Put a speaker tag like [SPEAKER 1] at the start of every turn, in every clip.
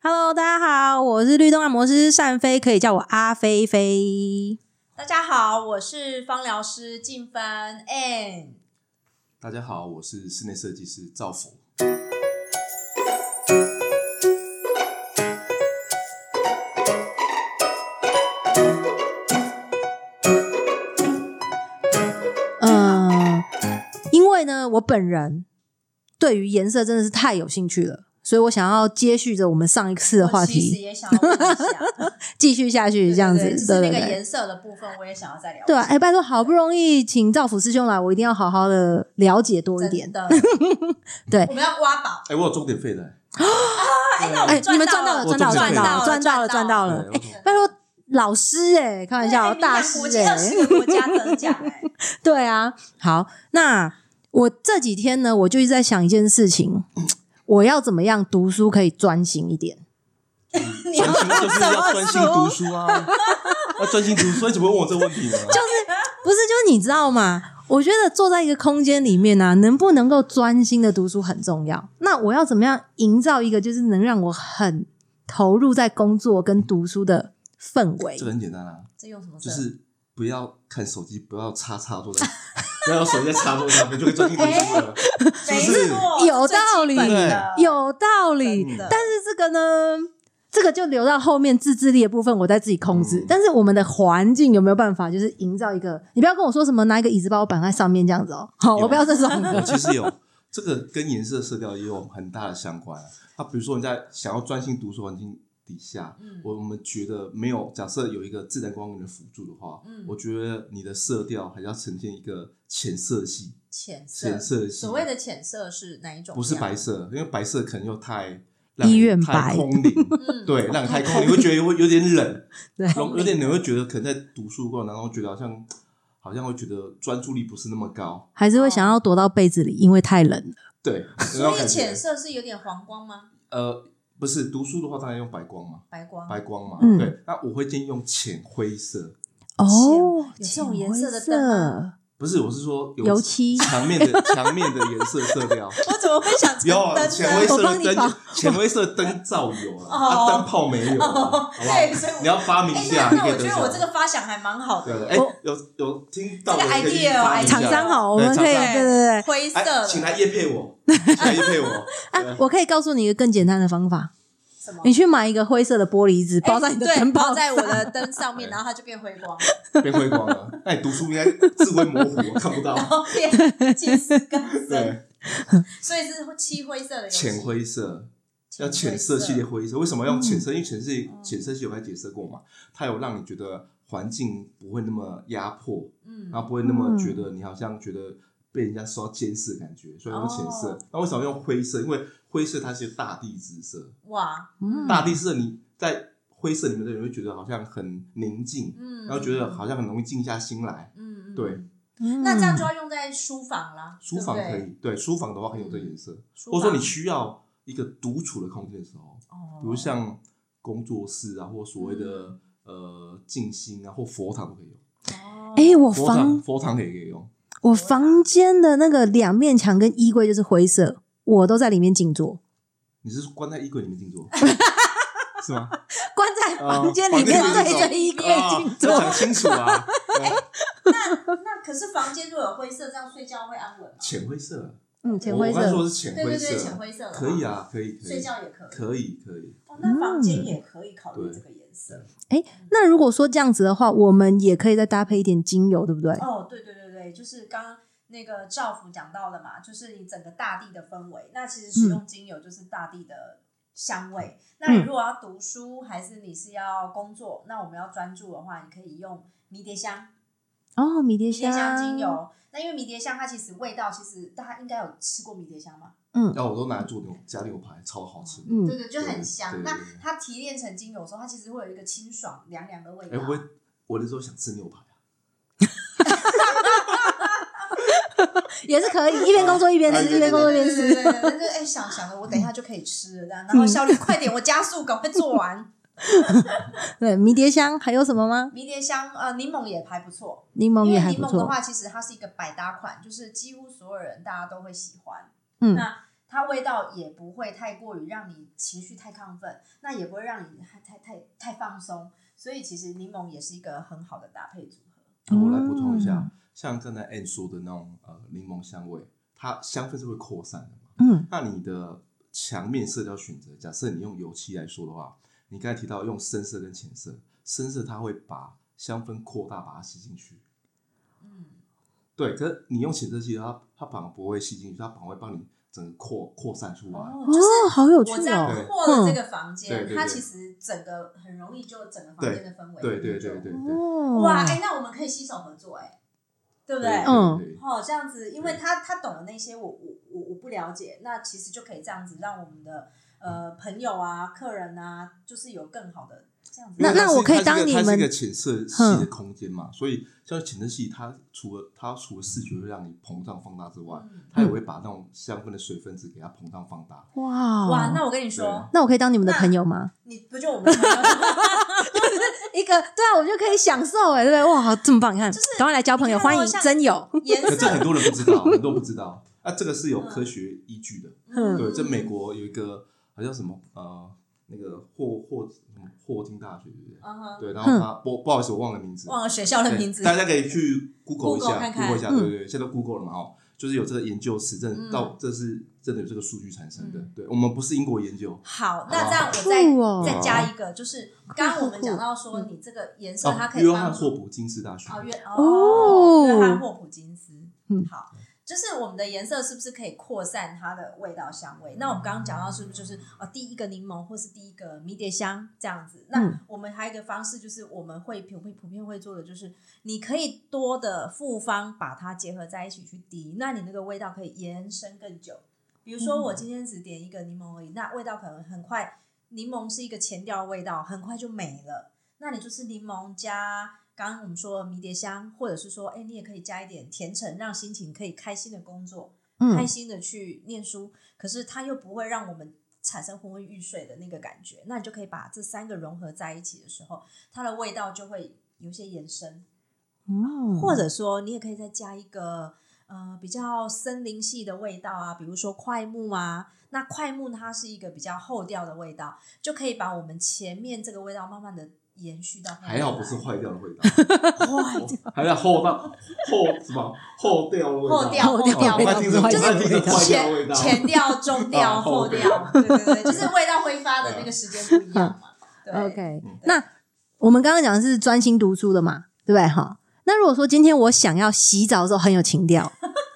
[SPEAKER 1] Hello，大家好，我是律动按摩师单飞，可以叫我阿飞飞。
[SPEAKER 2] 大家好，我是芳疗师静芬 Ann。
[SPEAKER 3] 大家好，我是室内设计师赵福。
[SPEAKER 1] 嗯，因为呢，我本人对于颜色真的是太有兴趣了，所以我想要接续着我们上一次的话
[SPEAKER 2] 我其实
[SPEAKER 1] 题，
[SPEAKER 2] 也想要问一下，
[SPEAKER 1] 继续下去，这样子，
[SPEAKER 2] 哦对对对就是
[SPEAKER 1] 对
[SPEAKER 2] 那
[SPEAKER 1] 对
[SPEAKER 2] 个
[SPEAKER 1] 对。
[SPEAKER 2] 颜色的部分，我也想要再聊。
[SPEAKER 1] 对啊，哎、拜托，好不容易请赵府师兄来，我一定要好好的了解多一点。，
[SPEAKER 2] 的
[SPEAKER 1] 对
[SPEAKER 2] 我们要挖宝。
[SPEAKER 3] 哎、我有终点费的、
[SPEAKER 2] 哎，那我
[SPEAKER 1] 哎、
[SPEAKER 2] 们
[SPEAKER 1] 你们赚
[SPEAKER 2] 到
[SPEAKER 1] 到
[SPEAKER 2] 了，
[SPEAKER 1] 了，
[SPEAKER 3] 我
[SPEAKER 1] 赚到了，
[SPEAKER 3] 终于
[SPEAKER 1] 赚到了，赚到
[SPEAKER 2] 赚到
[SPEAKER 1] 了，
[SPEAKER 2] 了
[SPEAKER 1] 赚到了
[SPEAKER 2] 嗯
[SPEAKER 3] 对。
[SPEAKER 1] 哎、拜托，老师哎、开玩笑，
[SPEAKER 2] 对
[SPEAKER 1] 大
[SPEAKER 2] 哎
[SPEAKER 1] 师
[SPEAKER 2] 你拿国际
[SPEAKER 1] 哎、
[SPEAKER 2] 二十个国家得奖哎，
[SPEAKER 1] 对啊，好，那我这几天呢，我就一直在想一件事情，我要怎么样读书可以专心一点？
[SPEAKER 3] 专心就是要专心读书啊， 要专心读书，所以怎么问我这个问题呢？
[SPEAKER 1] 不是，就是你知道吗？我觉得坐在一个空间里面呢、啊，能不能够专心的读书很重要。那我要怎么样营造一个就是能让我很投入在工作跟读书的氛围？
[SPEAKER 3] 这个很简单啊，
[SPEAKER 2] 这用什么色？
[SPEAKER 3] 就是不要看手机，不要插插座在， 不要用手机在插座上面，就可以专心读书了。
[SPEAKER 2] 没
[SPEAKER 3] 是不是
[SPEAKER 2] 错，
[SPEAKER 1] 有道理
[SPEAKER 2] 最基本的，
[SPEAKER 1] 有道理，
[SPEAKER 2] 真的
[SPEAKER 1] 但是这个呢，这个就留到后面自制力的部分，我再自己控制。
[SPEAKER 3] 嗯
[SPEAKER 1] 但是我们的环境有没有办法，就是营造一个，你不要跟我说什么拿一个椅子把我绑在上面这样子哦，好，
[SPEAKER 3] 有
[SPEAKER 1] 我不要这种。
[SPEAKER 3] 我其实有这个跟颜色色调也有很大的相关啊。那比如说你在想要专心读书环境底下，
[SPEAKER 2] 嗯
[SPEAKER 3] 我我们觉得没有假设有一个自然光源的辅助的话，
[SPEAKER 2] 嗯
[SPEAKER 3] 我觉得你的色调还是要呈现一个浅色系，
[SPEAKER 2] 浅色
[SPEAKER 3] 浅。色系
[SPEAKER 2] 所谓的浅色是哪一种？
[SPEAKER 3] 不是白，色，因为白色可能又太让
[SPEAKER 1] 医
[SPEAKER 3] 人
[SPEAKER 1] 院白
[SPEAKER 3] 太空灵，
[SPEAKER 2] 嗯，
[SPEAKER 3] 对，让你太空灵，你会觉得会有点冷，
[SPEAKER 1] 对
[SPEAKER 3] 然后有点你会觉得可能在读书过程当中觉得好像好像会觉得专注力不是那么高，
[SPEAKER 1] 还是会想要躲到被子里，因为太冷了。
[SPEAKER 3] 对，有那种
[SPEAKER 2] 所以
[SPEAKER 3] 感觉
[SPEAKER 2] 浅色是有点黄光吗？
[SPEAKER 3] 呃，不是读书的话，当然用白光嘛，
[SPEAKER 2] 白光，
[SPEAKER 3] 白光嘛。
[SPEAKER 1] 嗯
[SPEAKER 3] 对，那我会建议用浅灰色，
[SPEAKER 1] 哦，
[SPEAKER 2] 有这种颜色的
[SPEAKER 1] 浅
[SPEAKER 2] 灯
[SPEAKER 1] 灰
[SPEAKER 2] 吗
[SPEAKER 3] 不是，我是说有
[SPEAKER 1] 油漆
[SPEAKER 3] 墙面的墙面的颜色色调。
[SPEAKER 2] 我怎么会想 成
[SPEAKER 3] 有
[SPEAKER 2] 灯
[SPEAKER 3] 浅灰
[SPEAKER 2] 呢？
[SPEAKER 3] 色
[SPEAKER 1] 啊我帮
[SPEAKER 3] 的
[SPEAKER 1] 你
[SPEAKER 3] 灯
[SPEAKER 1] 绑，
[SPEAKER 3] 浅灰色灯罩有 了，
[SPEAKER 2] 哦
[SPEAKER 3] 啊，灯泡没有啊，好不好
[SPEAKER 2] 对，？所以我
[SPEAKER 3] 你要发明
[SPEAKER 2] 哎
[SPEAKER 3] 一，下，
[SPEAKER 2] 那
[SPEAKER 3] 你可以
[SPEAKER 2] 那
[SPEAKER 3] 得
[SPEAKER 2] 我觉得
[SPEAKER 3] 奖
[SPEAKER 2] 我这个发想还蛮好
[SPEAKER 3] 对
[SPEAKER 2] 的，
[SPEAKER 3] 哎
[SPEAKER 1] 我，
[SPEAKER 3] 有有听到
[SPEAKER 2] 这个
[SPEAKER 3] 的可以
[SPEAKER 2] idea 哦
[SPEAKER 3] 发明一下
[SPEAKER 1] 厂商好，我
[SPEAKER 3] 对
[SPEAKER 1] 们可以，
[SPEAKER 3] 厂
[SPEAKER 1] 对
[SPEAKER 3] 商
[SPEAKER 1] 对对。
[SPEAKER 2] 灰色
[SPEAKER 3] 哎，
[SPEAKER 2] 的，
[SPEAKER 3] 请来叶配我，请来叶配我，
[SPEAKER 1] 啊，我可以告诉你一个更简单的方法，
[SPEAKER 2] 什么？
[SPEAKER 1] 你去买一个灰色的玻璃纸，
[SPEAKER 2] 哎
[SPEAKER 1] 包在你的
[SPEAKER 2] 对
[SPEAKER 1] 灯泡
[SPEAKER 2] 包在我
[SPEAKER 1] 上
[SPEAKER 2] 的灯上面，
[SPEAKER 3] 对
[SPEAKER 2] 然后它就变灰光，
[SPEAKER 3] 变灰光了。那哎你读书应该字微模糊，看 不到。
[SPEAKER 2] 然后变 近视更深，
[SPEAKER 3] 对，
[SPEAKER 2] 所以是漆灰色的游戏
[SPEAKER 3] 浅，灰色，要
[SPEAKER 2] 浅
[SPEAKER 3] 浅
[SPEAKER 2] 灰
[SPEAKER 3] 色系列灰色，为什么要用浅色？因为浅色
[SPEAKER 2] 嗯
[SPEAKER 3] 浅色系我刚才解释过嘛，它有让你觉得环境不会那么压迫，
[SPEAKER 2] 嗯，
[SPEAKER 3] 然后不会那么
[SPEAKER 1] 嗯
[SPEAKER 3] 觉得你好像觉得被人家受到监视的感觉，所以用浅色
[SPEAKER 2] 哦。
[SPEAKER 3] 那为什么用灰色？因为灰色它是大地之色，
[SPEAKER 2] 哇，
[SPEAKER 1] 嗯
[SPEAKER 3] 大地色你在灰色里面的人会觉得好像很宁静，
[SPEAKER 2] 嗯，
[SPEAKER 3] 然后觉得好像很容易静下心来。
[SPEAKER 2] 嗯，嗯，
[SPEAKER 3] 对，
[SPEAKER 1] 嗯
[SPEAKER 2] 那这样就要用在书房啦，
[SPEAKER 3] 书房可
[SPEAKER 2] 对不对，
[SPEAKER 3] 以，对书房的话可以用这个颜色，
[SPEAKER 2] 书
[SPEAKER 3] 或者
[SPEAKER 2] 房
[SPEAKER 3] 说你需要一个独处的空间的时候。
[SPEAKER 2] 哦嗯
[SPEAKER 3] 比如像工作室啊，或所谓的、呃静心啊，或佛堂都可以用。
[SPEAKER 2] 哦
[SPEAKER 1] 哎、我
[SPEAKER 3] 佛堂
[SPEAKER 1] 房
[SPEAKER 3] 佛堂也可以用，
[SPEAKER 1] 我房间的那个两面墙跟衣柜就是灰色，我都在里面静坐，
[SPEAKER 3] 你是关在衣柜里面静 坐，是吗？
[SPEAKER 1] 关在房间里面
[SPEAKER 3] 哦
[SPEAKER 1] 对着衣柜静
[SPEAKER 3] 啊，要
[SPEAKER 1] 坐。
[SPEAKER 3] 讲清楚 啊！哎
[SPEAKER 2] 那可是房间如果有灰色，这样睡觉会安稳吗？
[SPEAKER 3] 浅灰色，
[SPEAKER 1] 嗯，浅
[SPEAKER 3] 我
[SPEAKER 1] 灰
[SPEAKER 3] 我刚才
[SPEAKER 1] 色
[SPEAKER 3] 说的是浅
[SPEAKER 2] 对
[SPEAKER 3] 灰
[SPEAKER 2] 对
[SPEAKER 3] 色，
[SPEAKER 2] 对，浅灰色的话哦
[SPEAKER 3] 可以，啊，可以可
[SPEAKER 2] 睡
[SPEAKER 3] 以，
[SPEAKER 2] 觉也可以，
[SPEAKER 3] 可以可以。
[SPEAKER 2] 哦，那房间也可以考虑
[SPEAKER 3] 嗯
[SPEAKER 2] 这个颜色。
[SPEAKER 1] 那如果说这样子的话，我们也可以再搭配一点精油，对不对？
[SPEAKER 2] 哦，对对对对，就是刚刚那个赵福讲到的嘛，就是你整个大地的氛围。那其实使用精油就是大地的香味。那你如果要读书，还是你是要工作，那我们要专注的话，你可以用迷迭香、
[SPEAKER 1] 哦，迷迭
[SPEAKER 2] 迷迭香
[SPEAKER 1] 香
[SPEAKER 2] 精，油。那因为迷迭香它其实味道，其实大家应该有吃过迷迭香吧？
[SPEAKER 3] 然后我都拿来做牛夹牛排，超好吃。
[SPEAKER 1] 嗯，
[SPEAKER 2] 对对，就很
[SPEAKER 3] 对
[SPEAKER 2] 香。
[SPEAKER 3] 对
[SPEAKER 2] 那
[SPEAKER 3] 对
[SPEAKER 2] 它提炼成精油的时候，它其实会有一个清爽凉凉的味
[SPEAKER 3] 哎，
[SPEAKER 2] 道。
[SPEAKER 3] 我我那时候想吃牛排啊，
[SPEAKER 1] 也是可以一边工作一边
[SPEAKER 3] 哎
[SPEAKER 1] 吃，一
[SPEAKER 3] 对对
[SPEAKER 1] 边工作一
[SPEAKER 2] 对
[SPEAKER 1] 边
[SPEAKER 2] 对
[SPEAKER 1] 吃。
[SPEAKER 2] 对对，但是哎、想想着我等一下就可以吃了，这样，然后效率快点，我加速，赶快做完。
[SPEAKER 1] 对，迷迭香还有什么吗？
[SPEAKER 2] 迷迭香呃，柠檬也还不错，
[SPEAKER 1] 柠檬
[SPEAKER 2] 因
[SPEAKER 1] 也
[SPEAKER 2] 为
[SPEAKER 1] 还
[SPEAKER 2] 柠
[SPEAKER 1] 不
[SPEAKER 2] 檬的
[SPEAKER 1] 错。
[SPEAKER 2] 话，其实它是一个百搭款，就是几乎所有人大家都会喜欢。
[SPEAKER 1] 嗯
[SPEAKER 2] 那它味道也不会太过于让你情绪太亢奋，那也不会让你太太太太放松。所以其实柠檬也是一个很好的搭配组合。
[SPEAKER 3] 然后我来补充一下，像刚才 Anne 说的那种呃柠檬香味，它香氛是会扩散的嘛？
[SPEAKER 1] 嗯
[SPEAKER 3] 那你的墙面色调选择，假设你用油漆来说的话，你刚才提到用深色跟浅色，深色它会把香氛扩大，把它吸进去。
[SPEAKER 2] 嗯，
[SPEAKER 3] 对，可是你用浅色系的话，它它反而不会吸进去，它反而会帮你整个扩扩散出来。
[SPEAKER 2] 哦，就是
[SPEAKER 1] 哦，好有趣
[SPEAKER 2] 我这样
[SPEAKER 1] 哦，
[SPEAKER 2] 扩了这个房
[SPEAKER 3] 对
[SPEAKER 2] 间，
[SPEAKER 3] 对对
[SPEAKER 2] 它其实整个很容易就整个房间的氛围。
[SPEAKER 3] 对对对对对。
[SPEAKER 1] 哦，
[SPEAKER 2] 哇，哎、那我们可以携手合作、哎，对不对？
[SPEAKER 3] 对
[SPEAKER 1] 嗯
[SPEAKER 3] 对
[SPEAKER 2] 哦，这样子，因为他他懂的那些我我我我不了解，那其实就可以这样子让我们的呃朋友啊、客人啊，就是有更好的这样子。
[SPEAKER 1] 那
[SPEAKER 3] 因为它
[SPEAKER 1] 那
[SPEAKER 3] 是
[SPEAKER 1] 我可以
[SPEAKER 3] 它是一
[SPEAKER 1] 当
[SPEAKER 3] 个
[SPEAKER 1] 你
[SPEAKER 3] 它是
[SPEAKER 1] 们嗯
[SPEAKER 3] 一个浅色系的空间嘛，所以像浅色系，它除了它除了视觉会让你膨胀放大之外，
[SPEAKER 2] 嗯
[SPEAKER 3] 它也会把那种香氛的水分子给它膨胀放大。
[SPEAKER 1] 哇哦
[SPEAKER 2] 哇，那我跟你说，
[SPEAKER 1] 那我可以当你们的朋友吗？
[SPEAKER 2] 你不就我们的朋 友吗
[SPEAKER 1] 一个对啊，我就可以享受哎，对不对？哇，好这么棒！你看，
[SPEAKER 2] 就是
[SPEAKER 1] 赶快来交朋友，
[SPEAKER 2] 你看
[SPEAKER 1] 欢
[SPEAKER 2] 哦
[SPEAKER 1] 迎
[SPEAKER 2] 像
[SPEAKER 1] 真友。
[SPEAKER 2] 颜
[SPEAKER 3] 可这
[SPEAKER 2] 色？
[SPEAKER 3] 很多人不知 道，很多人不知道。啊，这个是
[SPEAKER 2] 嗯
[SPEAKER 3] 有科学依据的。
[SPEAKER 1] 嗯
[SPEAKER 3] 对，在美国有一个好像什么呃，那个霍霍什么霍金大学对不对？
[SPEAKER 2] 嗯哼，
[SPEAKER 3] 对，然后他不不好意思，我忘了名字。
[SPEAKER 2] 忘了学校的名字。
[SPEAKER 3] 对大家可以去 Google 一
[SPEAKER 2] Google
[SPEAKER 3] 下
[SPEAKER 2] 看看
[SPEAKER 3] ，Google 一下，对对对，现在都 Google 了嘛哈，就是有这个研究实证
[SPEAKER 2] 嗯
[SPEAKER 3] 到这是真的有这个数据产生的
[SPEAKER 2] 嗯。
[SPEAKER 3] 对我们不是英国研究，
[SPEAKER 2] 好，
[SPEAKER 3] 好
[SPEAKER 2] 那
[SPEAKER 3] 啊
[SPEAKER 2] 这样
[SPEAKER 1] 酷
[SPEAKER 2] 我
[SPEAKER 1] 哦
[SPEAKER 2] 再再加一个，就是刚刚我们
[SPEAKER 1] 酷酷
[SPEAKER 2] 讲到说，你这个颜色它
[SPEAKER 3] 哦，
[SPEAKER 2] 可以
[SPEAKER 3] 约
[SPEAKER 2] 帮
[SPEAKER 3] 翰
[SPEAKER 2] 助
[SPEAKER 3] 霍普金斯大学
[SPEAKER 2] 哦，约
[SPEAKER 1] 哦
[SPEAKER 2] 哦，约翰霍普金斯。
[SPEAKER 1] 嗯
[SPEAKER 2] 好，就是我们的颜色是不是可以扩散它的味道香味？那我们刚刚讲到是不是就是呃第一个柠檬或是第一个迷迭香这样子？
[SPEAKER 1] 嗯
[SPEAKER 2] 那我们还有一个方式就是我们会普遍普遍会做的就是，你可以多的复方把它结合在一起去滴，那你那个味道可以延伸更久。比如说我今天只点一个柠檬而已，那味道可能很快，柠檬是一个前调味道，很快就没了。那你就是柠檬加刚刚我们说的迷迭香，或者是说，哎，你也可以加一点甜橙，让心情可以开心的工作，开
[SPEAKER 1] 嗯，
[SPEAKER 2] 心的去念书。可是它又不会让我们产生昏昏欲睡的那个感觉。那你就可以把这三个融合在一起的时候，它的味道就会有一些延伸。
[SPEAKER 1] 嗯
[SPEAKER 2] 或者说你也可以再加一个呃比较森林系的味道啊，比如说快木啊，那快木它是一个比较后调的味道，就可以把我们前面这个味道慢慢的延续到后面
[SPEAKER 3] 还好不是
[SPEAKER 2] 来
[SPEAKER 3] 坏掉的味道，
[SPEAKER 2] 坏
[SPEAKER 3] 还要后到后什么后调的味道，
[SPEAKER 2] 后调后
[SPEAKER 1] 调
[SPEAKER 3] 我听成
[SPEAKER 1] 就是
[SPEAKER 3] 我听成坏掉的味
[SPEAKER 2] 前
[SPEAKER 3] 道，
[SPEAKER 2] 前调、中调、
[SPEAKER 3] 啊
[SPEAKER 2] 后
[SPEAKER 3] 后
[SPEAKER 2] 调
[SPEAKER 3] 调，
[SPEAKER 2] 对对对，就是味道挥发的那个时间不一样嘛。对
[SPEAKER 1] OK，
[SPEAKER 3] 嗯
[SPEAKER 1] 那我们刚刚讲的是专心读书的嘛，对不对？哈，那如果说今天我想要洗澡的时候很有情调，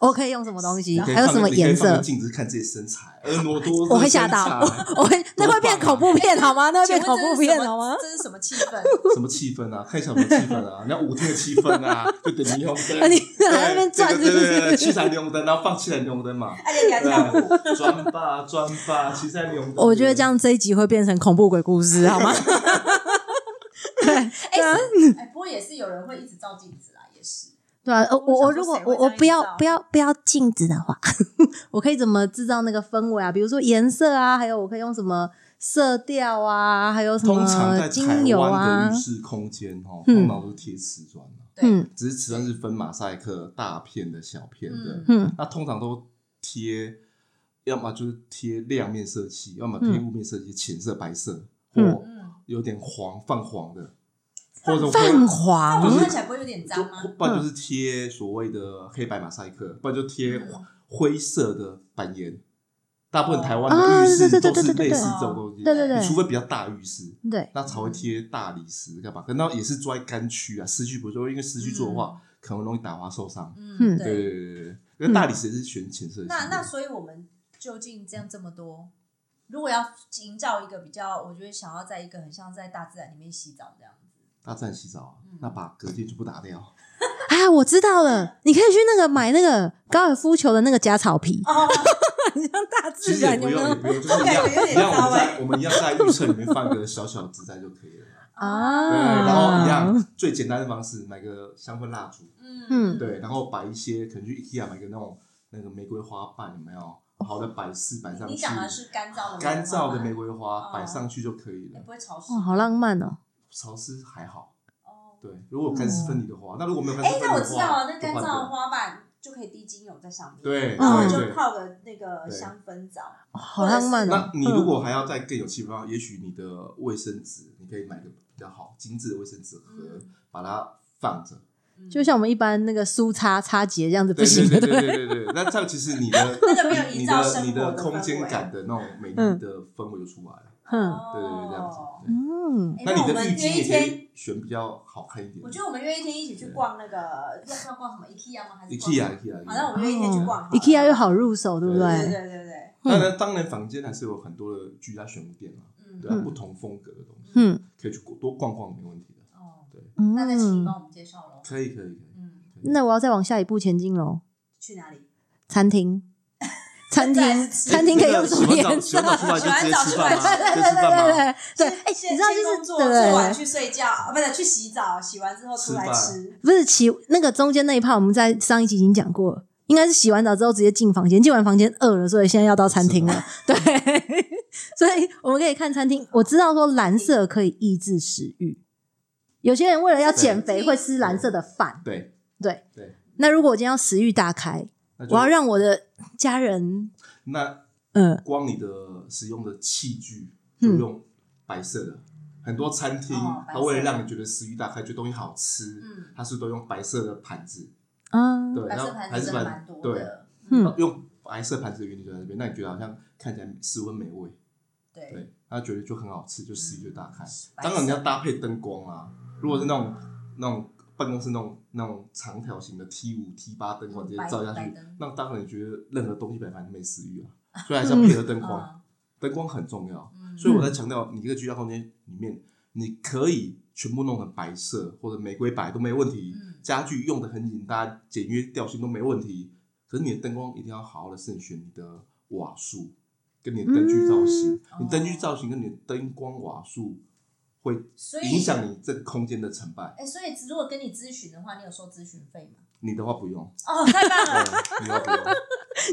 [SPEAKER 1] 我可以用什么东西？
[SPEAKER 3] 你可以
[SPEAKER 1] 还有什么
[SPEAKER 3] 放个
[SPEAKER 1] 颜
[SPEAKER 3] 你可以放
[SPEAKER 1] 色
[SPEAKER 3] 个？镜子看自己身材，婀娜多姿，
[SPEAKER 1] 我会吓到，我会那会变恐怖片好吗？那会
[SPEAKER 2] 请
[SPEAKER 1] 变
[SPEAKER 2] 问
[SPEAKER 1] 恐
[SPEAKER 2] 这
[SPEAKER 1] 怖
[SPEAKER 2] 是什
[SPEAKER 1] 片
[SPEAKER 2] 么
[SPEAKER 1] 好吗？
[SPEAKER 2] 这是什么气氛？
[SPEAKER 3] 什么气氛啊？看一下什么气氛啊？ 你要舞厅的气氛啊，就点霓虹 灯，
[SPEAKER 1] 啊你
[SPEAKER 3] 对
[SPEAKER 1] 还在那边转
[SPEAKER 3] 对对对对
[SPEAKER 1] 是不哎
[SPEAKER 3] 对，
[SPEAKER 1] 是
[SPEAKER 3] 七彩霓虹灯，然后放七彩霓虹灯嘛，
[SPEAKER 2] 而且你还
[SPEAKER 3] 对
[SPEAKER 2] 跳
[SPEAKER 3] 啊
[SPEAKER 2] 舞，，
[SPEAKER 3] 转吧转吧，七彩霓虹灯。
[SPEAKER 1] 我觉得这样这一集会变成恐怖鬼故事好吗？
[SPEAKER 2] 哎
[SPEAKER 3] 啊
[SPEAKER 2] 哎，不过也是有人会一直照镜子啦，也是。
[SPEAKER 1] 对啊，呃
[SPEAKER 2] 我
[SPEAKER 1] 我我
[SPEAKER 2] 想说
[SPEAKER 1] 如果
[SPEAKER 2] 谁会
[SPEAKER 1] 我我
[SPEAKER 2] 这样
[SPEAKER 1] 不要
[SPEAKER 2] 营造
[SPEAKER 1] 不要不要镜子的话， 我可以怎么制造那个氛围啊？比如说颜色啊，还有我可以用什么色调啊，还有什
[SPEAKER 3] 通常
[SPEAKER 1] 么
[SPEAKER 3] 在
[SPEAKER 1] 精
[SPEAKER 3] 台
[SPEAKER 1] 油
[SPEAKER 3] 湾
[SPEAKER 1] 啊
[SPEAKER 3] 的浴，室空间哦，
[SPEAKER 1] 嗯
[SPEAKER 3] 通常都是贴瓷砖啊
[SPEAKER 2] 对
[SPEAKER 1] 嗯
[SPEAKER 3] 只是瓷砖是分马赛克大片的、小片的，
[SPEAKER 2] 嗯
[SPEAKER 1] 嗯
[SPEAKER 3] 那通常都贴，要么就是贴亮面色漆，要
[SPEAKER 1] 嗯
[SPEAKER 3] 么贴雾面色漆，浅色、白色或
[SPEAKER 2] 嗯，
[SPEAKER 3] 有点黄泛黄的，或者
[SPEAKER 1] 泛
[SPEAKER 2] 那我
[SPEAKER 1] 黄
[SPEAKER 2] 看起来不会有点
[SPEAKER 3] 就
[SPEAKER 2] 脏吗？
[SPEAKER 3] 不然就是贴所谓的黑白马赛克，不然就贴
[SPEAKER 2] 嗯
[SPEAKER 3] 灰色的板岩。大部分台湾
[SPEAKER 1] 啊
[SPEAKER 3] 的浴室
[SPEAKER 1] 对对对
[SPEAKER 3] 都是
[SPEAKER 1] 对对
[SPEAKER 3] 类似这种东西，
[SPEAKER 1] 对对对嗯
[SPEAKER 3] 你除非比较大浴室，
[SPEAKER 1] 对，
[SPEAKER 3] 那才会贴大理石干嘛？可那也是住在干区啊，市区不做，因为市区做的话，可能容易打滑受伤。
[SPEAKER 1] 嗯
[SPEAKER 2] 嗯，
[SPEAKER 3] 对
[SPEAKER 2] 对。
[SPEAKER 3] 对对对对，因为大理石是选浅色系的。
[SPEAKER 2] 那那所以我们究竟这样这么多，如果要营造一个比较，我觉得想要在一个很像在大自然里面洗澡这样子，
[SPEAKER 3] 大自然洗澡啊
[SPEAKER 2] 嗯，
[SPEAKER 3] 那把隔间全部打掉，
[SPEAKER 1] 啊，我知道了，你可以去那个买那个高尔夫球的那个假草皮，
[SPEAKER 2] 哦，
[SPEAKER 1] 很像大
[SPEAKER 3] 其
[SPEAKER 1] 自
[SPEAKER 3] 实也
[SPEAKER 1] 然，
[SPEAKER 3] 不
[SPEAKER 1] 有没
[SPEAKER 3] 用，也
[SPEAKER 1] 有？
[SPEAKER 3] 不用，就是一
[SPEAKER 2] 感
[SPEAKER 3] 样
[SPEAKER 2] 觉有点
[SPEAKER 3] 一样，我
[SPEAKER 2] 糟
[SPEAKER 3] 们
[SPEAKER 2] 欸
[SPEAKER 3] 在我们一样在预测里面放一个小小植栽就可以了。
[SPEAKER 1] 啊
[SPEAKER 3] 对，然后一样最简单的方式，买个香氛蜡烛，
[SPEAKER 1] 嗯
[SPEAKER 2] 嗯
[SPEAKER 3] 对，然后摆一些可能去 IKEA 买个那种那个玫瑰花瓣，有没有？好的摆饰摆上
[SPEAKER 2] 你
[SPEAKER 3] 去，
[SPEAKER 2] 讲的是干燥的，
[SPEAKER 3] 干燥的玫
[SPEAKER 2] 瑰
[SPEAKER 3] 瑰
[SPEAKER 2] 哦
[SPEAKER 3] 花摆上去就可以
[SPEAKER 2] 花吗，也
[SPEAKER 3] 了
[SPEAKER 2] 不。会潮湿
[SPEAKER 1] 哇，。好浪漫哦！
[SPEAKER 3] 潮湿还好，
[SPEAKER 2] 哦，
[SPEAKER 3] 对，如果有干湿分离的话，那如果没有干
[SPEAKER 2] 哎
[SPEAKER 3] 湿，分
[SPEAKER 2] 那
[SPEAKER 3] 离
[SPEAKER 2] 我
[SPEAKER 3] 的
[SPEAKER 2] 知道
[SPEAKER 3] 话
[SPEAKER 2] 了，，那
[SPEAKER 3] 就
[SPEAKER 2] 干
[SPEAKER 3] 换
[SPEAKER 2] 燥的
[SPEAKER 3] 个
[SPEAKER 2] 花瓣就可以滴精油在上面，
[SPEAKER 3] 对
[SPEAKER 2] 然后
[SPEAKER 1] 嗯
[SPEAKER 2] 你就
[SPEAKER 3] 对
[SPEAKER 2] 泡个那个
[SPEAKER 3] 对
[SPEAKER 2] 香氛澡，
[SPEAKER 1] 好浪
[SPEAKER 2] 嗯
[SPEAKER 1] 漫哦
[SPEAKER 3] 那！你如果还要再更有气氛的话，也许你的卫生纸你可以买个比较好精致的卫生纸盒
[SPEAKER 2] 嗯，
[SPEAKER 3] 把它放着。
[SPEAKER 2] 嗯
[SPEAKER 1] 嗯就像我们一般那个梳擦擦结这样子不
[SPEAKER 3] 对
[SPEAKER 1] 行
[SPEAKER 3] 对
[SPEAKER 1] 的，
[SPEAKER 3] 对对对对对，那这样其实你的
[SPEAKER 2] 那个没有
[SPEAKER 3] 你
[SPEAKER 2] 营造生
[SPEAKER 3] 的
[SPEAKER 2] 活
[SPEAKER 3] 你
[SPEAKER 2] 的
[SPEAKER 3] 的
[SPEAKER 2] 氛
[SPEAKER 3] 空间
[SPEAKER 2] 围
[SPEAKER 3] 感的那种美丽
[SPEAKER 1] 嗯
[SPEAKER 3] 的氛围就出来了。
[SPEAKER 1] 哼，
[SPEAKER 3] 对对对，这样子。对
[SPEAKER 1] 嗯，
[SPEAKER 2] 哎
[SPEAKER 3] 那
[SPEAKER 2] 那
[SPEAKER 3] 你
[SPEAKER 2] 哦我
[SPEAKER 3] 的
[SPEAKER 2] 们
[SPEAKER 3] 浴
[SPEAKER 2] 约
[SPEAKER 3] 巾
[SPEAKER 2] 一
[SPEAKER 3] 也可
[SPEAKER 2] 天，
[SPEAKER 3] 以选比较好看一点。
[SPEAKER 2] 我觉得我们约一天一起去逛那个，要要逛什么 IKEA 吗？还是
[SPEAKER 3] IKEA IKEA，
[SPEAKER 2] 好那我们约一天去逛好了
[SPEAKER 1] IKEA 又好入手，对不
[SPEAKER 2] 对对
[SPEAKER 1] 对？
[SPEAKER 2] 对对，
[SPEAKER 3] 当然当然房间还是有很多的居家选物店嘛，
[SPEAKER 2] 嗯
[SPEAKER 3] 对啊，不同风格的东西
[SPEAKER 1] 嗯
[SPEAKER 3] 可以去多逛逛没问题的。
[SPEAKER 2] 哦，那再请你
[SPEAKER 1] 嗯，
[SPEAKER 2] 帮我们介绍喽。
[SPEAKER 3] 可以可以可以，
[SPEAKER 2] 嗯，
[SPEAKER 1] 那我要再往下一步前进喽，
[SPEAKER 2] 去哪里？
[SPEAKER 1] 餐 厅，餐厅
[SPEAKER 2] 再来，是吃
[SPEAKER 1] 餐厅可以用什么
[SPEAKER 3] 洗
[SPEAKER 1] 颜
[SPEAKER 3] 完澡洗
[SPEAKER 1] 色？
[SPEAKER 3] 完澡出来就直接吃 饭
[SPEAKER 2] 洗完
[SPEAKER 1] 对对
[SPEAKER 3] 吗？直接吃
[SPEAKER 1] 对
[SPEAKER 3] 饭吗？
[SPEAKER 1] 对对，哎，
[SPEAKER 2] 先
[SPEAKER 1] 你知道
[SPEAKER 2] 先
[SPEAKER 1] 就
[SPEAKER 2] 工
[SPEAKER 1] 是
[SPEAKER 2] 作
[SPEAKER 1] 对
[SPEAKER 2] 做完
[SPEAKER 1] 对，
[SPEAKER 2] 去睡觉，啊不是去洗澡，洗完之后出来吃。
[SPEAKER 1] 不是洗那个中间那一趴，我们在上一集已经讲过了。应该是洗完澡之后直接进房间，进完房间饿了，所以现在要到餐厅了。 对，所以我们可以看餐厅。我知道说蓝色可以抑制食欲，有些人为了要减肥会吃蓝色的饭。
[SPEAKER 3] 对
[SPEAKER 1] 对，
[SPEAKER 3] 对，
[SPEAKER 1] 那如果我今天要食欲大开，
[SPEAKER 3] 那就
[SPEAKER 1] 我要让我的家人，
[SPEAKER 3] 那
[SPEAKER 1] 嗯
[SPEAKER 3] 光你的使用的器具就用白色的，很多餐厅
[SPEAKER 2] 嗯哦白色
[SPEAKER 3] 它为了让你觉得食欲大开，觉得东西好吃，
[SPEAKER 2] 嗯
[SPEAKER 3] 它是都用白色的盘子，
[SPEAKER 1] 啊，
[SPEAKER 3] 对，
[SPEAKER 2] 白
[SPEAKER 3] 然
[SPEAKER 2] 色
[SPEAKER 3] 后
[SPEAKER 2] 盘
[SPEAKER 3] 还
[SPEAKER 2] 子
[SPEAKER 3] 是
[SPEAKER 2] 真的蛮
[SPEAKER 3] 盘
[SPEAKER 2] 多
[SPEAKER 3] 对，
[SPEAKER 2] 的。
[SPEAKER 1] 嗯
[SPEAKER 3] 那用白色盘子的原理就在这边，那你觉得好像看起来十分美味，
[SPEAKER 2] 对，嗯
[SPEAKER 3] 对，他觉得就很好吃，就食欲就大开。
[SPEAKER 2] 白
[SPEAKER 3] 当然你
[SPEAKER 2] 色
[SPEAKER 3] 要搭配灯光啊，如果是那种那种办公室那种那种长条形的 T 五 T 八灯光直接
[SPEAKER 2] 白
[SPEAKER 3] 照下
[SPEAKER 2] 嗯白
[SPEAKER 3] 去
[SPEAKER 2] 灯，
[SPEAKER 3] 那当然你觉得任何东西摆盘没食欲啊，所以还是要配合灯光，
[SPEAKER 2] 嗯
[SPEAKER 3] 灯光很重要。
[SPEAKER 2] 嗯
[SPEAKER 3] 所以我在强调，你这个居家空间里面，你可以全部弄成白色或者玫瑰白都没问题
[SPEAKER 2] 嗯，
[SPEAKER 3] 家具用的很简单，简约调性都没问题。可是你的灯光一定要好好的慎选你的瓦数跟你的灯具造型，
[SPEAKER 2] 嗯
[SPEAKER 3] 你灯具造型跟你的灯光瓦数会
[SPEAKER 2] 所以
[SPEAKER 3] 影响你这个空间的成败。
[SPEAKER 2] 哎，所以如果跟你咨询的话，你有收咨询费 吗？
[SPEAKER 3] 你的话不 用，
[SPEAKER 2] 哦，太棒了！
[SPEAKER 3] 对你的话不用。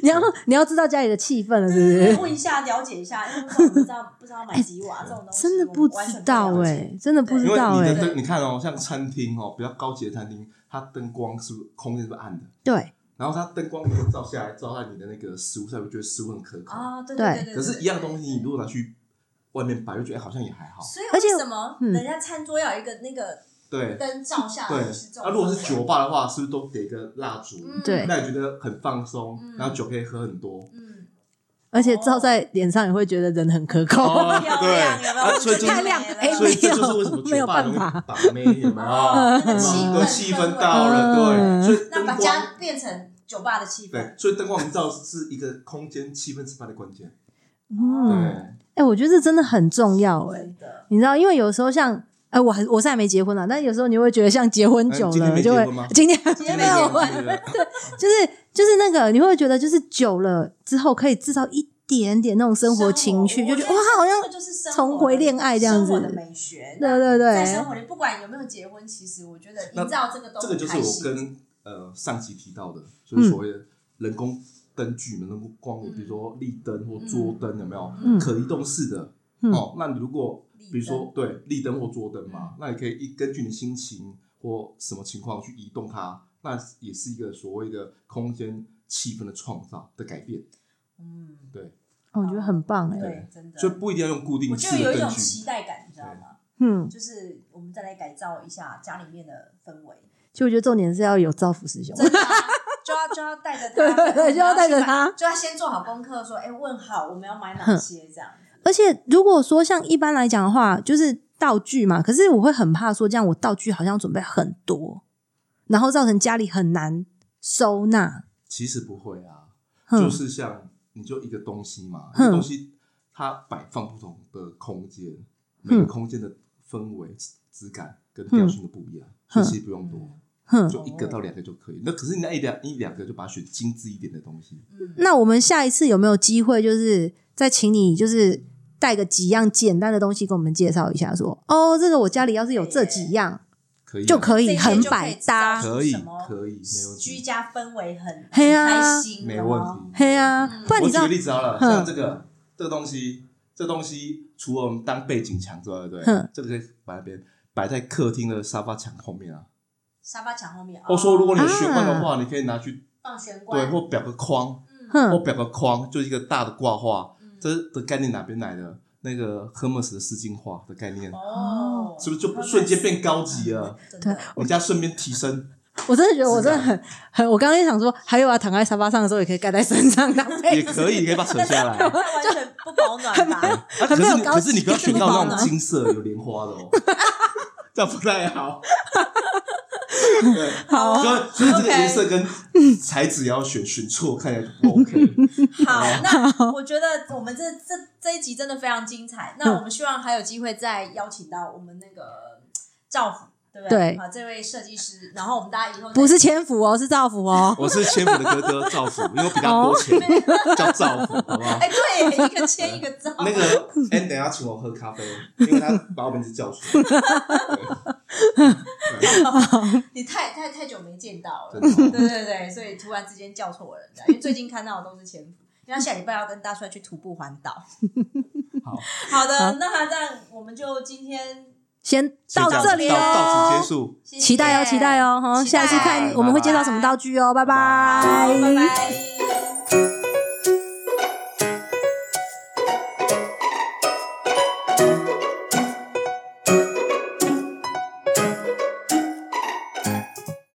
[SPEAKER 1] 你要你要知道家里的气氛了，是不
[SPEAKER 2] 对对对，
[SPEAKER 1] 是？
[SPEAKER 2] 问一下，了解一下，因为我不知道不知道买几瓦这种东西，
[SPEAKER 1] 哎真的不知道
[SPEAKER 2] 哎、
[SPEAKER 1] 哎，真的不知
[SPEAKER 3] 因为
[SPEAKER 1] 道
[SPEAKER 3] 你的
[SPEAKER 1] 哎，
[SPEAKER 3] 灯，你看哦，像餐厅哦，比较高级的餐厅，它灯光是不是空间是不是暗的？
[SPEAKER 1] 对，
[SPEAKER 3] 然后它灯光如果照下来，照在你的那个食物上，会觉得食物很可口。
[SPEAKER 2] 啊，对
[SPEAKER 1] 对
[SPEAKER 2] 对对。
[SPEAKER 3] 可是，
[SPEAKER 2] 对
[SPEAKER 3] 一样东西，你如果拿去外面摆，就觉得哎好像也还好。
[SPEAKER 2] 所以
[SPEAKER 1] 而且
[SPEAKER 2] 为什么
[SPEAKER 1] 嗯
[SPEAKER 2] 人家餐桌要有一个那个
[SPEAKER 3] 对对，啊
[SPEAKER 2] 灯照下来是这种？
[SPEAKER 3] 那如果是酒，吧的话，是不是都给个蜡烛？
[SPEAKER 2] 嗯
[SPEAKER 1] 对
[SPEAKER 3] 那你觉得很放松
[SPEAKER 2] 嗯，
[SPEAKER 3] 然后酒可以喝很多。
[SPEAKER 2] 嗯，
[SPEAKER 1] 而且照在脸上也会觉得人很可口。
[SPEAKER 3] 哦
[SPEAKER 2] 漂
[SPEAKER 3] 对
[SPEAKER 2] 亮有没有？
[SPEAKER 3] 啊所以就是
[SPEAKER 1] 太亮哎
[SPEAKER 2] 了
[SPEAKER 3] 所以这就是为什么
[SPEAKER 1] 没有
[SPEAKER 3] 酒吧
[SPEAKER 1] 没有办
[SPEAKER 3] 容易
[SPEAKER 1] 法
[SPEAKER 3] 把妹，有没
[SPEAKER 2] 哦那个
[SPEAKER 1] 气
[SPEAKER 3] 有？
[SPEAKER 1] 氛
[SPEAKER 3] 一个气氛到了，
[SPEAKER 1] 嗯
[SPEAKER 3] 对，所以
[SPEAKER 2] 那
[SPEAKER 3] 灯
[SPEAKER 2] 把
[SPEAKER 3] 光
[SPEAKER 2] 家变成酒吧的气氛
[SPEAKER 3] 对，，所以灯光营造是一个空间气氛吃饭的关键。
[SPEAKER 1] 嗯，
[SPEAKER 3] 对，
[SPEAKER 1] 哎、我觉得这真的很重要哎、
[SPEAKER 2] 真的。
[SPEAKER 1] 你知道，因为有时候像，哎、我还我现在没结婚啊，但有时候你会觉得像结婚久
[SPEAKER 3] 嗯今天
[SPEAKER 1] 了，
[SPEAKER 3] 没
[SPEAKER 1] 就会
[SPEAKER 3] 结婚吗
[SPEAKER 1] 今天
[SPEAKER 2] 今天
[SPEAKER 1] 没有
[SPEAKER 2] 没结婚
[SPEAKER 1] 啊，就是就是那个，你会觉得就是久了之后，可以制造一点点那种生活情趣，就觉得哇，好像
[SPEAKER 2] 这个就是生活
[SPEAKER 1] 重回恋爱这样子
[SPEAKER 2] 生活的美学。
[SPEAKER 1] 对对
[SPEAKER 2] 在生
[SPEAKER 1] 对，
[SPEAKER 2] 活里，不管有没有结婚，其实我觉得
[SPEAKER 3] 那
[SPEAKER 2] 营造这个都
[SPEAKER 3] 这个就是
[SPEAKER 2] 很开
[SPEAKER 3] 我
[SPEAKER 2] 心
[SPEAKER 3] 跟呃上集提到的，就是所谓的人工灯具嘛，人工光源，
[SPEAKER 2] 嗯
[SPEAKER 3] 比如说立灯或桌灯，有没有？
[SPEAKER 1] 嗯
[SPEAKER 3] 可移动式的
[SPEAKER 1] 嗯
[SPEAKER 3] 哦，那你如果
[SPEAKER 2] 立灯嗯
[SPEAKER 3] 比如说对立灯或桌灯嘛，那你可以一根据你心情或什么情况去移动它，那也是一个所谓的空间气氛的创造的改变，
[SPEAKER 2] 嗯，
[SPEAKER 3] 对，
[SPEAKER 1] 哦我觉得很棒哎、
[SPEAKER 2] 对，真的。
[SPEAKER 3] 所以不一定要用固定
[SPEAKER 2] 我
[SPEAKER 3] 式
[SPEAKER 2] 就有
[SPEAKER 3] 的
[SPEAKER 2] 一
[SPEAKER 3] 灯
[SPEAKER 2] 种
[SPEAKER 3] 具。
[SPEAKER 2] 期待感，你知道吗？
[SPEAKER 1] 嗯，
[SPEAKER 2] 就是我们再来改造一下家里面的氛围，
[SPEAKER 1] 就我觉得重点是要有造福师兄，
[SPEAKER 2] 真的啊、就要就要 带着他，
[SPEAKER 1] 对对 对就要带着他
[SPEAKER 2] 就要先做好功课，说哎、问好我们要买哪些这样。
[SPEAKER 1] 而且如果说像一般来讲的话，就是道具嘛，可是我会很怕说这样，我道具好像准备很多，然后造成家里很难收纳。
[SPEAKER 3] 其实不会啊，
[SPEAKER 1] 哼
[SPEAKER 3] 就是像你就一个东西嘛，一
[SPEAKER 1] 哼
[SPEAKER 3] 个东西它摆放不同的空间，每个
[SPEAKER 1] 嗯
[SPEAKER 3] 空间的氛围、质质感跟调性都不一样，
[SPEAKER 1] 哼
[SPEAKER 3] 所以其实不用多，
[SPEAKER 1] 哼，
[SPEAKER 3] 就一个到两个就可以。那可是你那一两一两个就把它选精致一点的东西，
[SPEAKER 2] 嗯，
[SPEAKER 1] 那我们下一次有没有机会，就是再请你就是带个几样简单的东西跟我们介绍一下说哦，这个我家里要是有这几样
[SPEAKER 3] 可以啊
[SPEAKER 1] 就可
[SPEAKER 2] 这
[SPEAKER 1] 以
[SPEAKER 2] 一
[SPEAKER 1] 很
[SPEAKER 2] 天就可
[SPEAKER 1] 百
[SPEAKER 2] 以知道
[SPEAKER 1] 搭。
[SPEAKER 3] 可以
[SPEAKER 2] 什么
[SPEAKER 3] 可以没问
[SPEAKER 2] 居
[SPEAKER 3] 题，
[SPEAKER 2] 家氛围很
[SPEAKER 1] 嘿
[SPEAKER 2] 很
[SPEAKER 1] 啊
[SPEAKER 2] 开心，
[SPEAKER 3] 没
[SPEAKER 2] 有
[SPEAKER 3] 问
[SPEAKER 2] 有
[SPEAKER 3] 题。
[SPEAKER 1] 嘿啊，
[SPEAKER 2] 嗯
[SPEAKER 1] 不然
[SPEAKER 3] 我
[SPEAKER 1] 你
[SPEAKER 3] 举
[SPEAKER 1] 知道嗯
[SPEAKER 3] 个，例子好了，
[SPEAKER 1] 哼
[SPEAKER 3] 像这个这个东西，这东西除了我们当背景墙之外，对不对
[SPEAKER 1] 哼？
[SPEAKER 3] 这个可以摆在边，摆在客厅的沙发墙后面啊。哦
[SPEAKER 2] 沙发墙后面。哦
[SPEAKER 3] 或者说，如果你有玄关的
[SPEAKER 1] 啊
[SPEAKER 3] 话，你可以拿去
[SPEAKER 2] 放悬
[SPEAKER 3] 对，
[SPEAKER 2] 挂，
[SPEAKER 3] 或裱个框，
[SPEAKER 2] 嗯
[SPEAKER 1] 哼
[SPEAKER 3] 或裱个框，就是一个大的挂画。
[SPEAKER 2] 嗯，
[SPEAKER 3] 这的概念哪边来的？那个 Hermes 的丝巾画的概念，
[SPEAKER 2] 哦，
[SPEAKER 3] 是不是就瞬间变高级了？
[SPEAKER 2] 真的？
[SPEAKER 3] 我们家顺便提升，
[SPEAKER 1] 我真的觉得我
[SPEAKER 3] 自
[SPEAKER 1] 真
[SPEAKER 3] 然
[SPEAKER 1] 的很很，我刚刚也想说，还有啊，躺在沙发上的时候也可以盖在身上当被
[SPEAKER 3] 也
[SPEAKER 1] 子，
[SPEAKER 3] 可以，你可以把它扯下来。
[SPEAKER 2] 那 完全不保 暖吧？
[SPEAKER 3] 啊，可
[SPEAKER 1] 没
[SPEAKER 3] 是
[SPEAKER 1] 有
[SPEAKER 3] 你
[SPEAKER 1] 高
[SPEAKER 3] 可是你
[SPEAKER 1] 级
[SPEAKER 3] 不要去
[SPEAKER 1] 的
[SPEAKER 3] 到
[SPEAKER 1] 话
[SPEAKER 3] 那
[SPEAKER 1] 呢
[SPEAKER 3] 种金色有莲花的哦，这样不太好。对，
[SPEAKER 1] 好
[SPEAKER 2] 啊
[SPEAKER 1] 啊
[SPEAKER 3] 所以所以这个
[SPEAKER 2] OK
[SPEAKER 3] 颜色跟材质也要选，选错看起来就不 OK。
[SPEAKER 2] 好，那我觉得我们这这这一集真的非常精
[SPEAKER 1] 嗯
[SPEAKER 2] 彩。那我们希望还有机会再邀请到我们那个嗯赵府，对不对？
[SPEAKER 1] 对
[SPEAKER 2] 好，这位设计师，然后我们大家以后再
[SPEAKER 1] 不是千福哦，是造福哦。
[SPEAKER 3] 我是千府的哥哥赵府，因为我比他多钱，叫赵府，好不好？
[SPEAKER 2] 哎，对，一个签一个照，
[SPEAKER 3] 那个，哎、等一下请我喝咖啡，因为他把我名字叫出来。对
[SPEAKER 2] 你太太太久没见到了，
[SPEAKER 3] 对真的
[SPEAKER 2] 对对对，所以突然之间叫错人了，因为最近看到的都是前夫。因为他下礼拜要跟大帅去徒步环岛。
[SPEAKER 3] 好，
[SPEAKER 2] 好的，
[SPEAKER 1] 好
[SPEAKER 2] 那这样我们就今天
[SPEAKER 1] 先
[SPEAKER 3] 先
[SPEAKER 1] 到
[SPEAKER 3] 样
[SPEAKER 1] 这里哦
[SPEAKER 3] 到到此
[SPEAKER 1] 喽
[SPEAKER 3] 结，束。
[SPEAKER 2] 谢谢
[SPEAKER 1] 期待哦，期待，哦，哈，
[SPEAKER 2] 期待
[SPEAKER 1] 下次看我们会接到什么道具哦，拜
[SPEAKER 3] 拜
[SPEAKER 2] 好
[SPEAKER 1] 拜
[SPEAKER 2] 拜拜。